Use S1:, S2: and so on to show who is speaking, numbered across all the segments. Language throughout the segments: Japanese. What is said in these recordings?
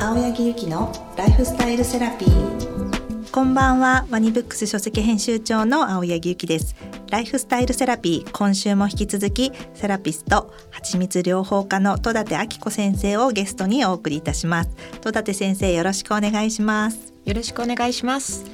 S1: 青柳ゆきのライフスタイルセラピー
S2: こんばんはワニブックス書籍編集長の青柳ゆきですライフスタイルセラピー今週も引き続きセラピスト蜂蜜療法家の戸立明子先生をゲストにお送りいたします戸立先生よろしくお願いします
S3: よろしくお願いします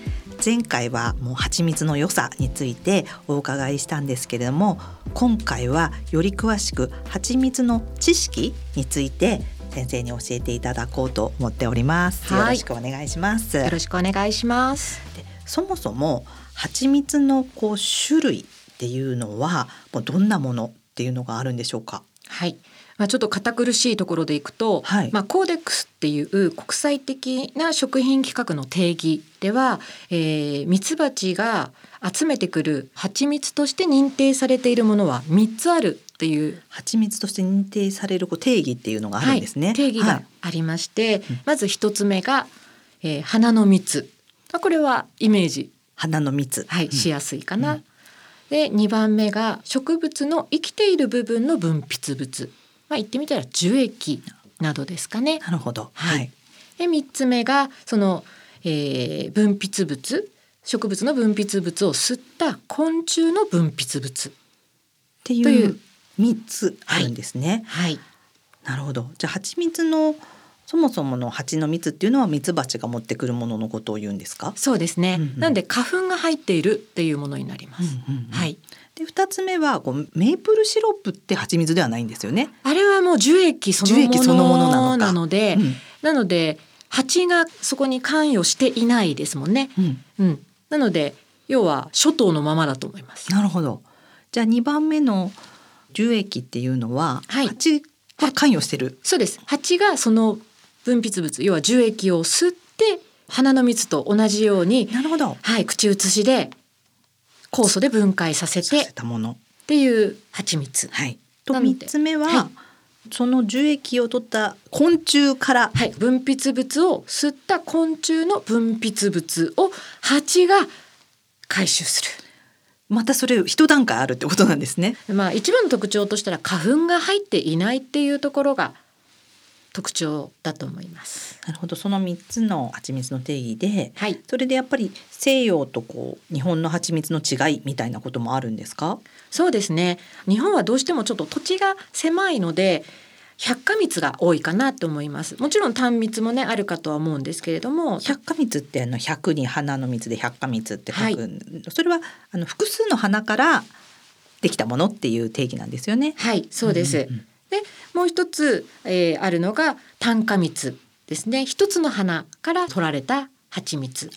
S2: 前回はもう蜂蜜の良さについてお伺いしたんですけれども今回はより詳しく蜂蜜の知識について先生に教えていただこうと思っております、はい、よろしくお願いします
S3: よろしくお願いします
S2: そもそも蜂蜜のこう種類っていうのはもうどんなものっていうのがあるんでしょうか
S3: はいまあ、ちょっと堅苦しいところでいくと、はい、まあ、コーデックスっていう国際的な食品規格の定義ではミツバチが集めてくる蜂蜜として認定されているものは3つあるっていう
S2: 蜂蜜として認定される定義っていうのがあるんですね、はい、
S3: 定義がありまして、はい、まず1つ目が、えー、花の蜜これはイメージ
S2: 花の蜜、
S3: はい、しやすいかな、うんうん、で2番目が植物の生きている部分の分泌物まあ、言ってみたら樹液などですかね。
S2: なるほど。
S3: はい。はい、で三つ目がその、えー、分泌物植物の分泌物を吸った昆虫の分泌物
S2: っていう三つあるんですね。
S3: はい。はい、
S2: なるほど。じゃあ蜂蜜のそもそもの蜂の蜜っていうのはミツバチが持ってくるもののことを言うんですか。
S3: そうですね。うんうん、なんで花粉が入っているっていうものになります。
S2: うんうんうん、
S3: はい。
S2: で二つ目はこうメープルシロップって蜂蜜ではないんですよね。
S3: あれはもう樹液そのものなので、うん、なので蜂がそこに関与していないですもんね。うん、うん、なので要は諸島のままだと思います。
S2: なるほど。じゃあ二番目の樹液っていうのは、はい、蜂が関与してる。
S3: そうです。蜂がその分泌物要は樹液を吸って花の蜜と同じように、
S2: なるほど。
S3: はい、口移しで酵素で分解させて
S2: たもの
S3: っていう蜂蜜。
S2: はい、と3つ目は、はい、その樹液を取った昆虫から、
S3: はい、分泌物を吸った昆虫の分泌物を蜂が回収する。
S2: またそれ一段階あるってことなんですね。
S3: まあ一番の特徴としたら花粉が入っていないっていうところが特徴だと思います。
S2: なるほど、その三つの蜂蜜の定義で、
S3: はい、
S2: それでやっぱり西洋とこう日本の蜂蜜の違いみたいなこともあるんですか？
S3: そうですね。日本はどうしてもちょっと土地が狭いので。百花蜜が多いかなと思います。もちろん単蜜もねあるかとは思うんですけれども、
S2: 百花蜜ってあの百に花の蜜で百花蜜って書く、はい、それはあの複数の花からできたものっていう定義なんですよね。
S3: はい、そうです。うんうんでもう一つ、えー、あるのが単花蜜ですね一つの花から取られた蜂蜜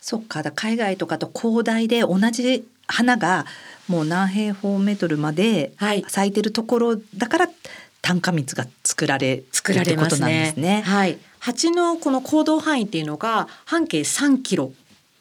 S2: そっか海外とかと広大で同じ花がもう何平方メートルまで咲いてるところだから、はい、単花蜜が作られ
S3: 作られます
S2: ね。すね
S3: はい、蜂のこの行動範囲っていうのが半径3キロ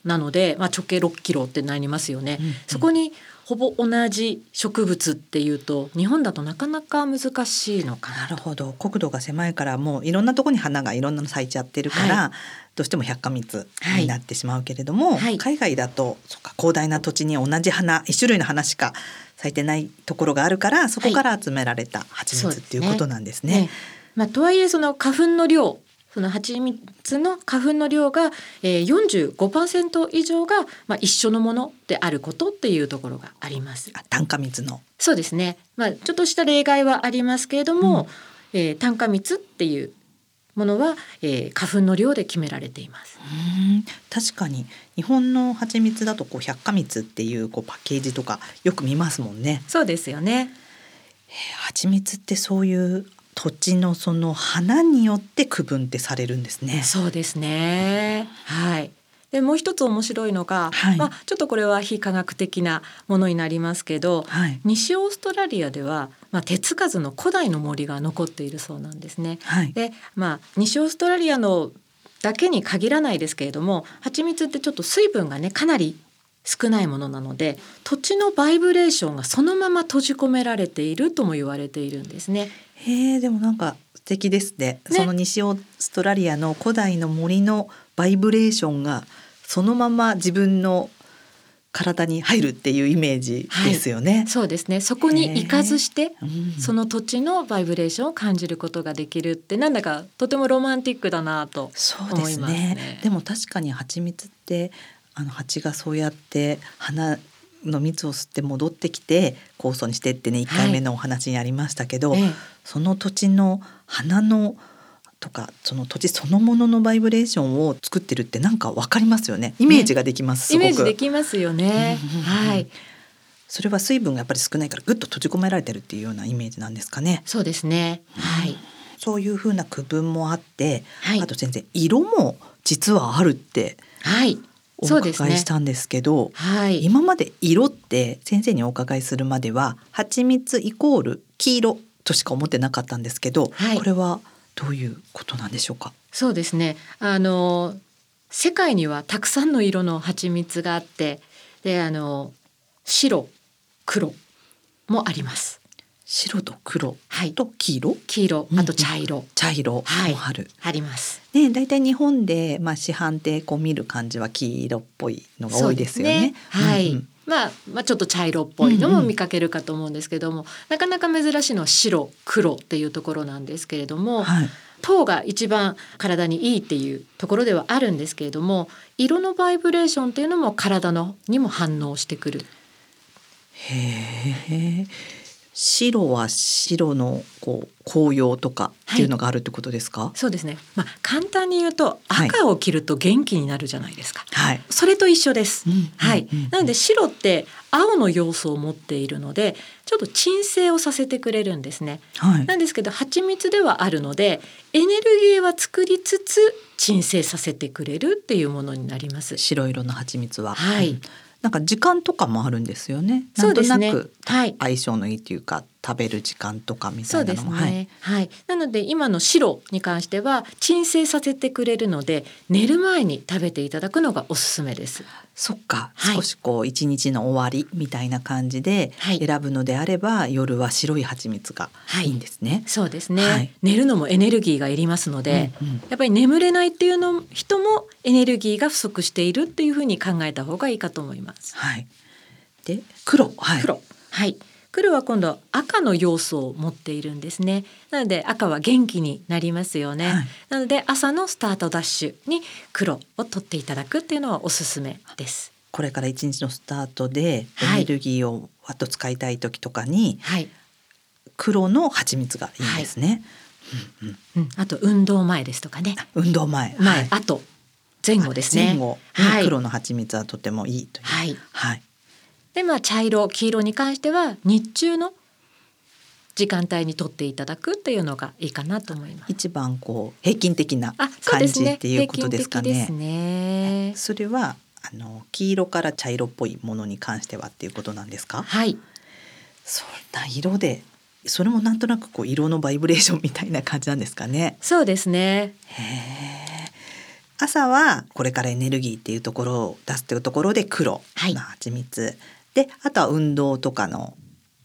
S3: なので、まあ、直径6キロってなりますよね。うんうん、そこにほぼ同じ植物っていうと日本だとなかなか難しいのか
S2: なるほど国土が狭いからもういろんなとこに花がいろんなの咲いちゃってるから、はい、どうしても百花蜜になってしまうけれども、はい、海外だとそか広大な土地に同じ花一種類の花しか咲いてないところがあるからそこから集められた蜂蜜、はい、っていうことなんですね。すねね
S3: まあ、とはいえその花粉の量その蜂蜜の花粉の量が、えー、45%以上が、まあ、一緒のものであることっていうところがあります。
S2: 単価蜜の。
S3: そうですね。まあ、ちょっとした例外はありますけれども、うん、えー、単価蜜っていうものは、えー、花粉の量で決められています。
S2: 確かに日本の蜂蜜だとこう百花蜜っていうこうパッケージとかよく見ますもんね。
S3: そうですよね。
S2: えー、蜂蜜ってそういう土地のその花によって区分ってされるんですね。
S3: そうですね。はい。でもう一つ面白いのが、
S2: はい、
S3: まあちょっとこれは非科学的なものになりますけど、
S2: はい、
S3: 西オーストラリアではまあ手つかずの古代の森が残っているそうなんですね。
S2: はい、
S3: で、まあ西オーストラリアのだけに限らないですけれども、蜂蜜ってちょっと水分がねかなり少ないものなので土地のバイブレーションがそのまま閉じ込められているとも言われているんですね。
S2: へえでもなんか素敵ですね、ね、その西オーストラリアの古代の森のバイブレーションがそのまま自分の体に入るっていうイメージですよね。はい、
S3: そうですね。そこに行かずして、その土地のバイブレーションを感じることができるってなんだかとてもロマンティックだなと思いますね。
S2: で,すねでも確かに蜂蜜ってあの蜂がそうやって花の蜜を吸って戻ってきて酵素にしてってね1回目のお話にありましたけど、はい、その土地の花のとかその土地そのもののバイブレーションを作ってるってなんかわかりますよねイメージができます、
S3: ね、イメージできますよね、はい
S2: それは水分がやっぱり少ないからぐっと閉じ込められてるっていうようなイメージなんですかね
S3: そうですねはい、
S2: そういうふうな区分もあって、はい、あと先生色も実はあるってはいお伺いしたんですけど、ね、はい、今まで色って先生にお伺いするまでは蜂蜜イコール黄色としか思ってなかったんですけど、はい、これはどういうことなんでしょうか。
S3: そうですね。あの世界にはたくさんの色の蜂蜜があって、であの白黒もあります。
S2: 白と黒と黄色、はい、
S3: 黄色あと茶色、うん、
S2: 茶色もある、
S3: はい、あります
S2: ねだい日本でまあ市販でこう見る感じは黄色っぽいのが多いですよね、ね、
S3: はい、うんうんまあ、まあちょっと茶色っぽいのも見かけるかと思うんですけども、うんうん、なかなか珍しいのは白黒っていうところなんですけれども、はい、糖が一番体にいいっていうところではあるんですけれども色のバイブレーションっていうのも体のにも反応してくる。、
S2: へえ白は白のこう紅葉とかっていうのがあるってことですか、はい
S3: そうですね、まあ、簡単に言うと赤を着ると元気になるじゃないですか、はい、それと一緒です、はい、なので白って青の要素を持っているのでちょっと鎮静をさせてくれるんですね、はい、なんですけど蜂蜜ではあるのでエネルギーは作りつつ鎮静させてくれるっていうものになります
S2: 白色の蜂蜜は
S3: はい、うん
S2: なんか時間とかもあるんですよね。なんとなく相性のいいというか、食べる時間とかみたいなのも、
S3: はい、はい。なので今の白に関しては鎮静させてくれるので寝る前に食べていただくのがおすすめです。
S2: そっか、少しこう一日の終わりみたいな感じで選ぶのであれば、夜は白い蜂蜜がいいんですね。
S3: そうですね、寝るのもエネルギーがいりますので、やっぱり眠れないっていうの人もエネルギーが不足しているっていうふうに考えた方がいいかと思います。
S2: はい。で黒
S3: はい。黒はい。黒は今度赤の要素を持っているんですねなので赤は元気になりますよね、はい、なので朝のスタートダッシュに黒を取っていただくっていうのはおすすめです
S2: これから一日のスタートでエネルギーをわっと使いたい時とかに、はい、黒の蜂蜜がいいんですね、
S3: はい、うん、うん、あと運動前ですとかね
S2: 運動前
S3: 前、あと前後ですね
S2: 前後、はい、黒の蜂蜜はとてもいいという
S3: はい
S2: はい
S3: でまあ茶色黄色に関しては日中の時間帯にとっていただくっていうのがいいかなと思います。
S2: 一番こう平均的な感じ、ね、っていうことですかね。
S3: そ,ね
S2: それはあの黄色から茶色っぽいものに関してはっていうことなんですか。
S3: はい。
S2: そんな色で。それもなんとなくこう色のバイブレーションみたいな感じなんですかね。
S3: そうですね。
S2: へえ。朝はこれからエネルギーっていうところを出すっていうところで黒、はい、蜂蜜であとは運動とかの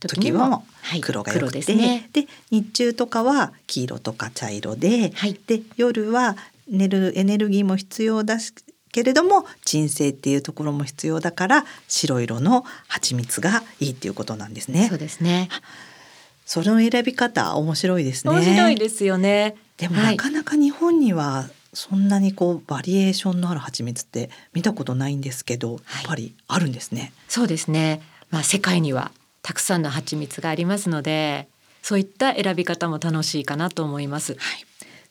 S2: 時は黒がよくて、はいね、で日中とかは黄色とか茶色で,はい、で夜は寝るエネルギーも必要だしけれども鎮静っていうところも必要だから白色の蜂蜜がいいっていうことなんですね。
S3: そうですね
S2: その選び方面白いですね。
S3: 面白いですよね。
S2: でも、なかなか日本にはそんなにこうバリエーションのある蜂蜜って見たことないんですけど、やっぱりあるんですね。はい、。
S3: そうですね。まあ世界にはたくさんの蜂蜜がありますので、そういった選び方も楽しいかなと思います。はい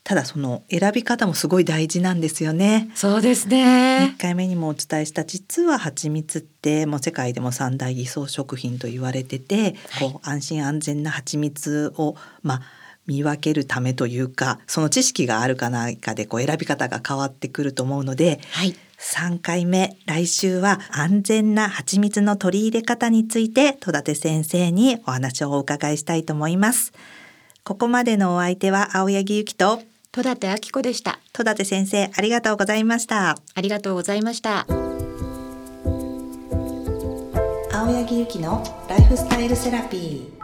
S2: ただその選び方もすごい大事なんですよね。
S3: そうですね。
S2: 1回目にもお伝えした実は蜂蜜ってもう世界でも三大偽装食品と言われてて、はい、こう安心安全な蜂蜜をまあ見分けるためというかその知識があるかないかでこう選び方が変わってくると思うので、
S3: はい、
S2: 3回目来週は安全な蜂蜜の取り入れ方について戸立先生にお話をお伺いしたいと思います。ここまでのお相手は青柳ゆきと
S3: 戸立明子でした。
S2: 戸立先生ありがとうございました。
S3: ありがとうございました。
S1: 青柳ゆきのライフスタイルセラピー。